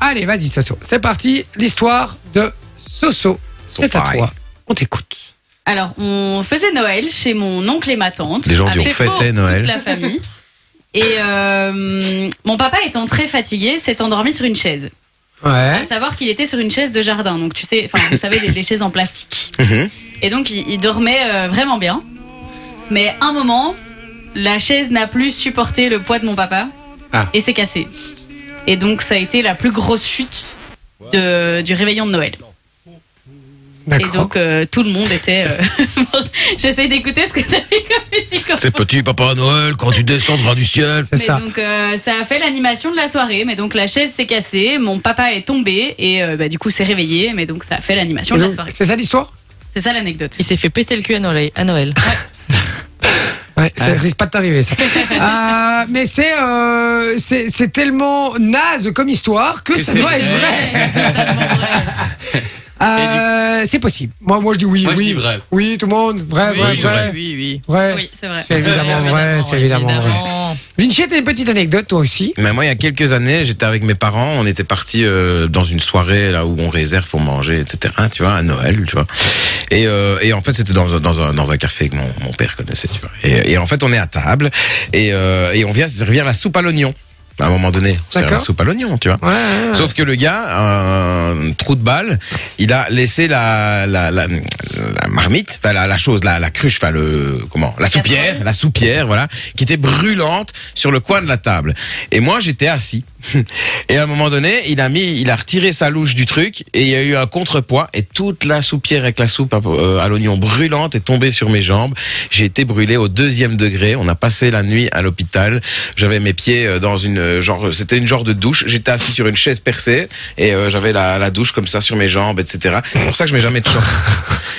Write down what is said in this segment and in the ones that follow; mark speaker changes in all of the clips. Speaker 1: Allez, vas-y, Soso. C'est parti, l'histoire de Soso. C'est à
Speaker 2: Sofai.
Speaker 1: toi. On t'écoute.
Speaker 3: Alors, on faisait Noël chez mon oncle et ma tante.
Speaker 2: Les gens
Speaker 3: avec
Speaker 2: diront, fêtez
Speaker 3: toute
Speaker 2: Noël.
Speaker 3: la famille. Et euh, mon papa étant très fatigué, s'est endormi sur une chaise.
Speaker 1: Ouais.
Speaker 3: À savoir qu'il était sur une chaise de jardin. Donc, tu sais, enfin, vous savez, les, les chaises en plastique.
Speaker 2: Mhm.
Speaker 3: Et donc, il, il dormait euh, vraiment bien. Mais un moment, la chaise n'a plus supporté le poids de mon papa
Speaker 1: Ah.
Speaker 3: et s'est cassée. Et donc, ça a été la plus grosse chute de- du réveillon de Noël. Et
Speaker 1: D'accord.
Speaker 3: donc euh, tout le monde était. euh, J'essaie d'écouter ce que ça fait comme musique. en
Speaker 2: C'est petit Papa Noël quand tu descends devant du ciel.
Speaker 1: C'est
Speaker 3: mais
Speaker 1: ça.
Speaker 3: donc euh, ça a fait l'animation de la soirée, mais donc la chaise s'est cassée, mon papa est tombé et euh, bah, du coup s'est réveillé, mais donc ça a fait l'animation
Speaker 1: Et
Speaker 3: de la
Speaker 1: donc,
Speaker 3: soirée.
Speaker 1: C'est ça l'histoire
Speaker 3: C'est ça l'anecdote.
Speaker 4: Il s'est fait péter le cul à Noël. À Noël.
Speaker 1: Ouais, ça risque pas de t'arriver, ça. Euh, mais c'est euh, c'est c'est tellement naze comme histoire que, ça
Speaker 5: c'est
Speaker 1: doit être
Speaker 5: vrai.
Speaker 1: Ah, vrai.
Speaker 3: Totalement vrai.
Speaker 1: Euh, c'est possible. Moi, moi, je dis oui.
Speaker 5: Moi, je
Speaker 1: oui.
Speaker 5: dis vrai.
Speaker 1: Oui, tout le monde. Vrai,
Speaker 4: Oui,
Speaker 1: vrai,
Speaker 4: oui,
Speaker 1: vrai.
Speaker 4: oui, oui.
Speaker 1: Vrai.
Speaker 3: Oui, c'est vrai.
Speaker 1: C'est évidemment vrai. C'est évidemment, vrai. Vinci, t'as une petite anecdote, toi aussi
Speaker 2: Mais moi, il y a quelques années, j'étais avec mes parents, on était partis euh, dans une soirée là où on réserve pour manger, etc. Tu vois, à Noël, tu vois. Et, euh, et en fait, c'était dans, un- dans, un, dans un café que mon, mon père connaissait, tu vois. Et, et en fait, on est à table et, euh, et on vient servir la soupe à l'oignon. À un moment donné, on sert la
Speaker 1: D'accord.
Speaker 2: soupe à l'oignon, tu vois.
Speaker 1: Ouais, ouais, ouais.
Speaker 2: Sauf que le gars, un trou de balle, il a laissé la, la, la, la marmite, enfin la, la chose, la, la cruche, enfin le comment, la soupière, la soupière, voilà, qui était brûlante sur le coin de la table. Et moi, j'étais assis. Et à un moment donné, il a mis, il a retiré sa louche du truc et il y a eu un contrepoids et toute la soupière avec la soupe à, euh, à l'oignon brûlante est tombée sur mes jambes. J'ai été brûlé au deuxième degré. On a passé la nuit à l'hôpital. J'avais mes pieds euh, dans une euh, genre, c'était une genre de douche. J'étais assis sur une chaise percée et euh, j'avais la, la douche comme ça sur mes jambes, etc. C'est pour ça que je mets jamais de short.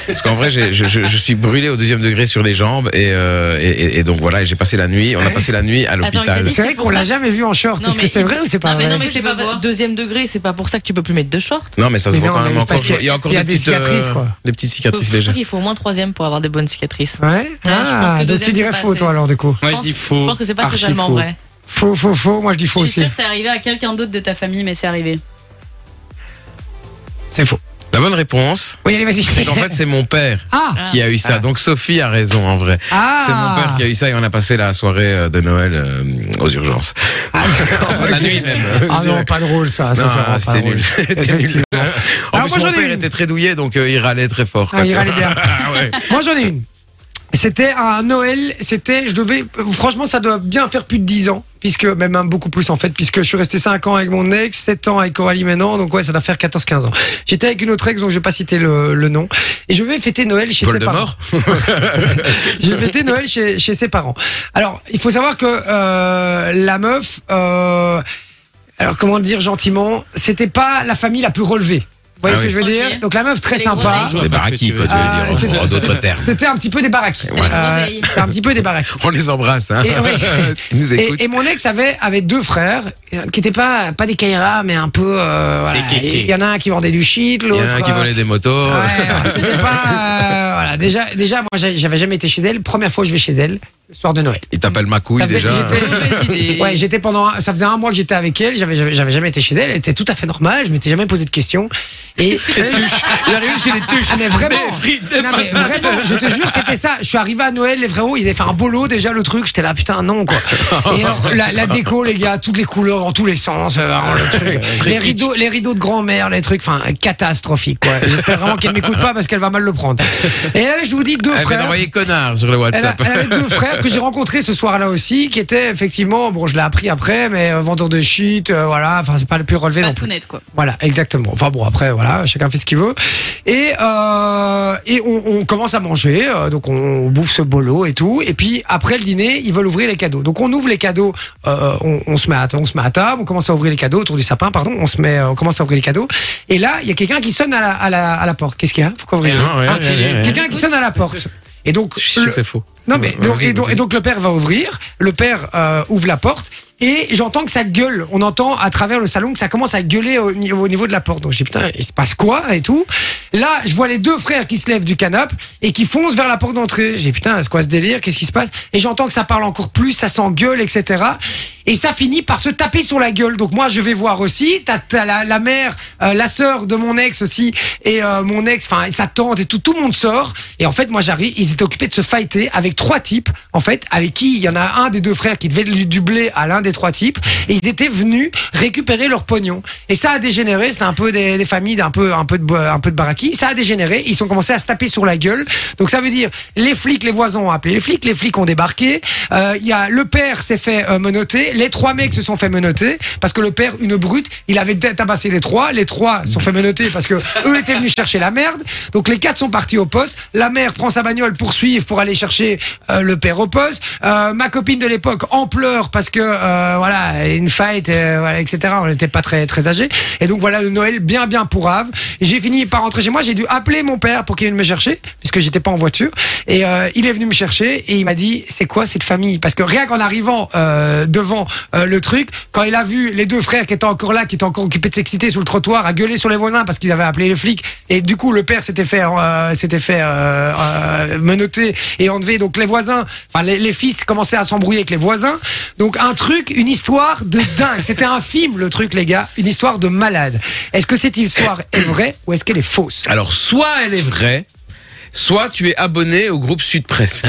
Speaker 2: Parce qu'en vrai, j'ai- je, je- je suis brûlé au deuxième degré sur les jambes et, euh, et- et, et donc voilà. Et j'ai passé la nuit. On a passé la nuit à
Speaker 3: Attends,
Speaker 2: l'hôpital.
Speaker 3: Gabi,
Speaker 1: C'est vrai
Speaker 3: c'est pour
Speaker 1: qu'on l'a
Speaker 3: ça-
Speaker 1: jamais vu en short.
Speaker 4: Non,
Speaker 1: Est-ce que
Speaker 4: mais-
Speaker 1: c'est vrai ou c'est pas
Speaker 4: Non, Ah, mais
Speaker 1: vrai
Speaker 4: non, mais c'est pas
Speaker 3: voir.
Speaker 4: deuxième degré, c'est pas pour ça que tu peux plus mettre de short.
Speaker 2: Non, mais ça se
Speaker 1: Mais
Speaker 2: voit
Speaker 1: non,
Speaker 2: quand
Speaker 1: mais
Speaker 2: même
Speaker 1: c'est
Speaker 2: encore.
Speaker 1: parce
Speaker 2: je- Il y a encore
Speaker 1: qu'il y a
Speaker 2: des,
Speaker 1: des
Speaker 2: petites, euh,
Speaker 1: cicatrices, quoi.
Speaker 2: des petites
Speaker 4: Je
Speaker 2: cicatrices
Speaker 4: crois
Speaker 2: légères.
Speaker 4: qu'il faut au moins troisième pour avoir des bonnes cicatrices.
Speaker 1: Ouais.
Speaker 4: je pense que
Speaker 1: Ah,
Speaker 4: le
Speaker 1: donc tu
Speaker 4: deuxième,
Speaker 1: dirais
Speaker 4: c'est
Speaker 1: faux,
Speaker 4: passé.
Speaker 1: toi, alors, du coup.
Speaker 5: Moi, je
Speaker 4: pense-
Speaker 5: dis
Speaker 4: Je
Speaker 5: faux.
Speaker 4: pense que c'est pas
Speaker 5: Archi
Speaker 4: totalement
Speaker 5: faux.
Speaker 4: vrai.
Speaker 1: Faux, faux, faux. Moi, je dis faux
Speaker 3: Je
Speaker 1: aussi.
Speaker 3: suis sûre que c'est arrivé à quelqu'un d'autre de ta famille, mais c'est arrivé.
Speaker 1: C'est faux.
Speaker 2: La bonne réponse,
Speaker 1: Oui, allez, vas-y.
Speaker 2: c'est qu'en fait, c'est mon père
Speaker 1: Ah,
Speaker 2: qui a eu ça.
Speaker 1: Ah.
Speaker 2: Donc Sophie a raison, en vrai.
Speaker 1: ah.
Speaker 2: C'est mon père qui a eu ça et on a passé la soirée euh, de Noël euh, aux urgences.
Speaker 1: Ah, d'accord.
Speaker 2: La nuit même.
Speaker 1: Ah non, pas drôle ça. ça,
Speaker 2: Non,
Speaker 1: c'est vraiment pas
Speaker 2: c'était
Speaker 1: drôle.
Speaker 2: nul. C'était nul.
Speaker 1: Effectivement.
Speaker 2: En
Speaker 1: Alors, moi,
Speaker 2: plus, mon
Speaker 1: j'en ai
Speaker 2: père
Speaker 1: une.
Speaker 2: était très douillé, donc euh, il râlait très fort.
Speaker 1: Ah,
Speaker 2: quand
Speaker 1: il râlait bien.
Speaker 2: Ah ouais.
Speaker 1: Moi j'en ai une. C'était à Noël, c'était, je devais, euh, franchement ça doit bien faire plus de 10 ans, puisque même hein, beaucoup plus en fait, puisque je suis resté 5 ans avec mon ex, 7 ans avec Coralie maintenant, donc ouais ça doit faire 14-15 ans. J'étais avec une autre ex, donc je vais pas citer le, le nom, et je vais fêter Noël chez ses parents.
Speaker 2: Voldemort
Speaker 1: J'ai fêté Noël chez, chez ses parents. Alors, il faut savoir que euh, la meuf, euh, alors comment le dire gentiment, c'était pas la famille la plus relevée. Vous voyez
Speaker 2: Ah
Speaker 1: ce que
Speaker 2: oui.
Speaker 1: je veux dire
Speaker 3: Ok.
Speaker 1: Donc la meuf très
Speaker 3: Les
Speaker 1: sympa.
Speaker 3: groseilles.
Speaker 5: Je vois
Speaker 2: Les
Speaker 5: pas ce que
Speaker 2: baraquis,
Speaker 5: tu veux
Speaker 2: quoi, tu
Speaker 1: dire. Ah,
Speaker 2: veux
Speaker 1: c'est
Speaker 2: dire, en- en
Speaker 1: de-
Speaker 2: d'autres termes.
Speaker 1: C'était un petit peu des baraques.
Speaker 3: Voilà.
Speaker 1: Euh, C'était un petit peu des baraques.
Speaker 2: On les embrasse, hein.
Speaker 1: Et oui.
Speaker 2: S'ils nous
Speaker 1: Et,
Speaker 2: écoutent.
Speaker 1: et mon ex avait, avait deux frères euh, qui n'étaient pas, pas des Kaira, mais un peu. euh, voilà.
Speaker 5: Des kékés.
Speaker 1: Il y en a un qui vendait du shit,
Speaker 2: Il y
Speaker 1: l'autre.
Speaker 2: en a un qui
Speaker 1: euh,
Speaker 2: volait des motos.
Speaker 1: Ouais, ouais, c'était pas. euh, voilà. Déjà, déjà, moi, j'a- j'avais jamais été chez elle. Première fois que je vais chez elle, le soir de Noël.
Speaker 2: Il t'appelle ma couille
Speaker 1: Ça faisait-
Speaker 2: déjà.
Speaker 1: j'étais-
Speaker 4: Mauvaise idée.
Speaker 1: Ouais, j'étais pendant. un- Ça faisait un mois que j'étais avec elle. J'avais, j'avais, j'avais jamais été chez elle. Elle était tout à fait normale. Je m'étais jamais posé de questions. Et
Speaker 5: Il arrive chez les touches.
Speaker 1: Ah, mais vraiment,
Speaker 5: Des frites, des
Speaker 1: Non, mais
Speaker 5: patates.
Speaker 1: vraiment, je te jure, c'était ça. Je suis arrivé à Noël, les frérots, ils avaient fait un bolo déjà, le truc. J'étais là, putain, non, quoi. Et alors, la, la déco, les gars, toutes les couleurs, dans tous les sens, euh, vraiment, le truc. Les rideaux, les rideaux de grand-mère, les trucs, enfin, catastrophique, quoi. J'espère vraiment qu'elle m'écoute pas parce qu'elle va mal le prendre. Et là, je vous dis deux
Speaker 2: Elle vient
Speaker 1: frères.
Speaker 2: d'envoyer connard sur le
Speaker 1: Elle, a-
Speaker 2: WhatsApp.
Speaker 1: elle avait deux frères que j'ai rencontrés ce soir-là aussi, qui étaient effectivement, bon, je l'ai appris après, mais euh, vendeur de shit, euh, voilà, enfin, c'est pas le plus relevé
Speaker 3: Pas
Speaker 1: non plus.
Speaker 3: tout net quoi.
Speaker 1: Voilà, exactement. Enfin bon, après, voilà, chacun fait ce qu'il veut. Et, euh, et on, on commence à manger, euh, donc on, bouffe ce bolo et tout. Et puis après le dîner, ils veulent ouvrir les cadeaux. Donc on ouvre les cadeaux, euh, on, on se met à, on se met à table, on commence à ouvrir les cadeaux autour du sapin, pardon. On se met, euh, on commence à ouvrir les cadeaux. Et là, il y a quelqu'un qui sonne à la, à la, à la porte. Qu'est-ce qu'il y a Pourquoi ouvrir
Speaker 2: Rien, rien,
Speaker 1: Ah,
Speaker 2: rien, rien, rien.
Speaker 1: Quelqu'un qui sonne à la porte. Et donc,
Speaker 2: Je suis sûr
Speaker 1: le-
Speaker 2: que c'est faux.
Speaker 1: non mais
Speaker 2: Ouais,
Speaker 1: donc-
Speaker 2: vas-y,
Speaker 1: et, donc,
Speaker 2: vas-y.
Speaker 1: et donc le père va ouvrir, le père euh, ouvre la porte et j'entends que ça gueule. On entend à travers le salon que ça commence à gueuler au, ni- au niveau de la porte. Donc je dis putain, il se passe quoi et tout. Là, je vois les deux frères qui se lèvent du canapé et qui foncent vers la porte d'entrée. J'ai dit, putain, c'est quoi ce délire Qu'est-ce qui se passe Et j'entends que ça parle encore plus, ça s'engueule, etc. Et ça finit par se taper sur la gueule. Donc moi, je vais voir aussi. T'as t'as la, la mère, euh, la sœur de mon ex aussi, et euh, mon ex, enfin sa tante et tout. Tout le monde sort. Et en fait, moi, j'arrive. Ils étaient occupés de se fighter avec trois types, en fait, avec qui il y en a un des deux frères qui devait du du blé à l'un des trois types. Et ils étaient venus récupérer leur pognon. Et ça a dégénéré. C'était un peu des, des familles, un peu, un peu de, bo- un peu de baraki. Ça a dégénéré. Ils sont commencé à se taper sur la gueule. Donc ça veut dire les flics, les voisins ont appelé les flics, les flics ont débarqué. Euh, Il y a le père s'est fait euh, menotter. Les trois mecs se sont fait menotter parce que le père, une brute, il avait dé- tabassé les trois. Les trois se sont fait menotter parce que eux étaient venus chercher la merde. Donc les quatre sont partis au poste. La mère prend sa bagnole pour suivre pour aller chercher euh, le père au poste. Euh, ma copine de l'époque en pleure parce que euh, voilà une fight, euh, voilà, etc. On n'était pas très très âgés. Et donc voilà le Noël bien bien pourrave. J'ai fini par rentrer chez moi. J'ai dû appeler mon père pour qu'il vienne me chercher puisque j'étais pas en voiture. Et euh, il est venu me chercher et il m'a dit c'est quoi cette famille Parce que rien qu'en arrivant euh, devant euh, le truc, quand il a vu les deux frères qui étaient encore là, qui étaient encore occupés de s'exciter sur le trottoir, à gueuler sur les voisins parce qu'ils avaient appelé les flics. Et du coup le père s'était fait euh, s'était fait euh, euh, menotter et enlever. Donc les voisins, enfin les, les fils commençaient à s'embrouiller avec les voisins. Donc un truc, une histoire de dingue. C'était un film le truc les gars, une histoire de malade. Est-ce que cette histoire est vraie ou est-ce qu'elle est fausse
Speaker 2: Alors, soit elle est vraie, soit tu es abonné au groupe Sud Presse.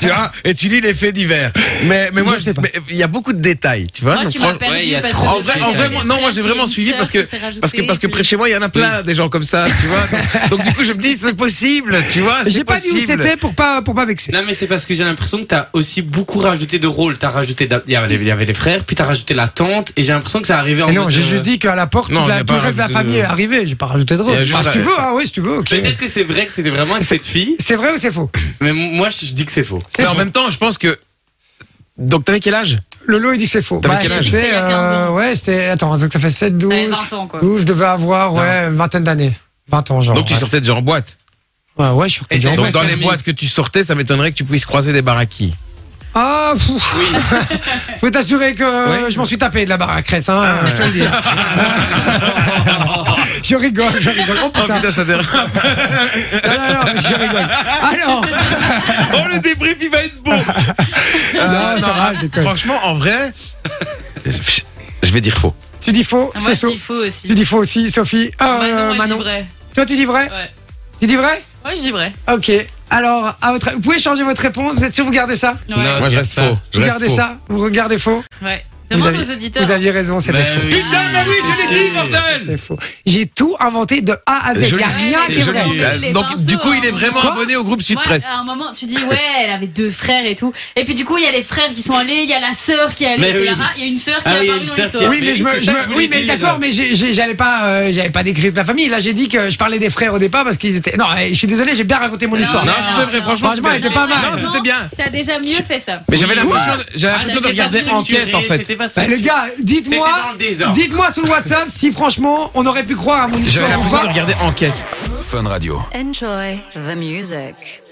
Speaker 2: tu vois, et tu lis les faits divers. Mais, mais moi,
Speaker 1: Je sais pas.
Speaker 2: mais il y a beaucoup de détails, tu vois.
Speaker 3: Moi,
Speaker 2: donc
Speaker 3: tu m'as
Speaker 2: franch-
Speaker 3: perdu
Speaker 5: ouais, il y a
Speaker 3: parce
Speaker 5: trop-
Speaker 2: en
Speaker 3: que
Speaker 2: vrai, en vrai, moi- non, moi j'ai vraiment suivi parce que parce que parce que près de chez moi il y en a plein des gens comme ça, tu vois. Donc, donc, du coup je me dis c'est possible, tu vois. c'est
Speaker 1: J'ai pas dit où
Speaker 2: possible.
Speaker 1: c'était pour pas pour pas vexer.
Speaker 5: Non mais c'est parce que j'ai l'impression que t'as aussi beaucoup rajouté de rôles. T'as rajouté, d'a- il y, avait, il y avait les frères, puis t'as rajouté la tante, et j'ai l'impression que ça arrivait en
Speaker 1: Mais Eh non,
Speaker 5: mode,
Speaker 1: j'ai
Speaker 5: euh,
Speaker 1: juste dit qu'à la porte,
Speaker 2: Non,
Speaker 1: toute
Speaker 2: on
Speaker 1: la,
Speaker 2: n'a
Speaker 1: tout le
Speaker 2: pas
Speaker 1: reste de la
Speaker 2: rajouté de-
Speaker 1: famille est arrivé. J'ai pas rajouté de
Speaker 2: Il y a
Speaker 1: rôle.
Speaker 2: juste
Speaker 1: Enfin,
Speaker 2: la-
Speaker 1: si tu veux, hein, oui, si tu veux, ok.
Speaker 5: Peut-être que c'est vrai que t'étais vraiment une petite fille,
Speaker 1: C'est vrai ou c'est faux
Speaker 5: mais m- moi je, je dis que c'est faux.
Speaker 1: C'est
Speaker 2: Mais en
Speaker 1: faux.
Speaker 2: même temps je pense que donc t'avais quel âge
Speaker 1: Lolo, il dit que c'est faux. Bah,
Speaker 2: T'avais quel âge
Speaker 1: c'était,
Speaker 3: C'était il y a 15
Speaker 1: euh,
Speaker 3: ans.
Speaker 1: Ouais, c'était. Attends, donc ça fait 7, 12.
Speaker 3: 20 ans quoi.
Speaker 1: 12, je devais avoir, ouais, une vingtaine d'années. 20 ans, genre.
Speaker 2: Donc tu
Speaker 1: ouais.
Speaker 2: sortais déjà en boîte.
Speaker 1: Ouais, ouais, je suis
Speaker 5: Et
Speaker 1: déjà en
Speaker 5: t'as-
Speaker 2: Donc
Speaker 1: boîte.
Speaker 2: dans les
Speaker 5: Camille.
Speaker 2: boîtes que tu sortais, ça m'étonnerait que tu puisses croiser des baraquis.
Speaker 1: Ah, pfff. je peux t'assurer que euh,
Speaker 2: Ouais. Ah,
Speaker 1: je m'en suis tapé de la barre à Cresse, hein, je te le dis. je rigole, je rigole. Oh
Speaker 2: Oh
Speaker 1: putain.
Speaker 2: putain, ça dérape.
Speaker 1: Non, non, non, mais je rigole. Alors,
Speaker 2: Ah,
Speaker 5: Oh le débrief il va être bon
Speaker 1: non, Ah, ça va, je déconne.
Speaker 2: Franchement, en vrai, je vais dire faux.
Speaker 1: Tu dis faux,
Speaker 3: Ah, Moi
Speaker 1: c'est
Speaker 3: je
Speaker 1: faux.
Speaker 3: dis faux aussi.
Speaker 1: Tu dis faux aussi, Sophie. Euh,
Speaker 2: Bah
Speaker 4: Manon, elle dit
Speaker 1: Manon.
Speaker 4: vrai.
Speaker 1: Toi, tu dis vrai
Speaker 4: Ouais.
Speaker 1: Tu dis vrai
Speaker 4: Ouais, je dis vrai.
Speaker 1: Ok. Alors, à votre... vous pouvez changer votre réponse. Vous êtes sûr que vous gardez ça
Speaker 5: Non.
Speaker 3: Ouais.
Speaker 2: Moi, je reste faux. Je
Speaker 1: Vous
Speaker 2: reste
Speaker 1: gardez
Speaker 2: faux.
Speaker 1: Ah, ça Vous regardez faux
Speaker 3: ouais.
Speaker 1: vous
Speaker 3: Demande
Speaker 1: avez-
Speaker 3: aux auditeurs.
Speaker 1: Vous aviez raison, c'était
Speaker 5: Mais
Speaker 1: faux.
Speaker 5: Bah oui.
Speaker 2: Putain, mais oui, je l'ai dit,
Speaker 5: bordel
Speaker 1: C'est faux. J'ai tout inventé de A à Z. Il
Speaker 2: Joli.
Speaker 1: n'y a rien
Speaker 3: Ouais,
Speaker 1: qui est
Speaker 3: joli.
Speaker 1: vrai.
Speaker 3: vraiment mis les
Speaker 2: Euh, Donc
Speaker 3: pinceaux,
Speaker 2: du coup,
Speaker 3: hein.
Speaker 2: il est vraiment
Speaker 1: Quoi
Speaker 2: abonné au groupe Sud
Speaker 3: Ouais,
Speaker 2: Presse.
Speaker 3: à un moment, tu dis, ouais, elle avait deux frères et tout. Et puis, du coup, il y a les frères qui sont allés, il y a la sœur qui est allée,
Speaker 5: Mais
Speaker 3: etc.
Speaker 5: oui.
Speaker 3: Ah, il y a une sœur qui
Speaker 5: Ah
Speaker 3: a
Speaker 5: oui, il y a
Speaker 3: apparu
Speaker 5: une
Speaker 3: dans
Speaker 5: sœur qui
Speaker 3: l'histoire.
Speaker 5: a-
Speaker 1: Oui, mais je me,
Speaker 5: C'est
Speaker 1: je
Speaker 5: ça que
Speaker 1: me-
Speaker 5: je voulais
Speaker 1: oui, mais
Speaker 5: dire,
Speaker 1: d'accord,
Speaker 5: là.
Speaker 1: mais j'ai- j'ai- j'allais pas, euh, j'avais pas décrit toute la famille. Là, j'ai dit que je parlais des frères au départ parce qu'ils étaient. Non, eh, je suis désolé, j'ai bien raconté mon histoire.
Speaker 2: Non,
Speaker 3: Non,
Speaker 2: c'était vrai,
Speaker 3: non.
Speaker 2: franchement,
Speaker 1: Franchement, elle
Speaker 2: c'était
Speaker 1: était pas mal.
Speaker 2: Non, c'était bien.
Speaker 3: T'as déjà mieux fait ça.
Speaker 2: Mais j'avais
Speaker 5: Oui.
Speaker 2: l'impression, de- j'avais l'impression de
Speaker 3: t'étais
Speaker 2: regarder
Speaker 3: pas
Speaker 2: enquête en fait.
Speaker 1: Bah, les gars, dites-moi,
Speaker 5: C'était dans le désordre.
Speaker 1: dites-moi sur le WhatsApp si franchement on aurait pu croire à mon
Speaker 2: J'avais
Speaker 1: histoire. ou
Speaker 2: l'impression de
Speaker 1: pas.
Speaker 2: regarder enquête.
Speaker 6: Fun Radio.
Speaker 7: Enjoy the music.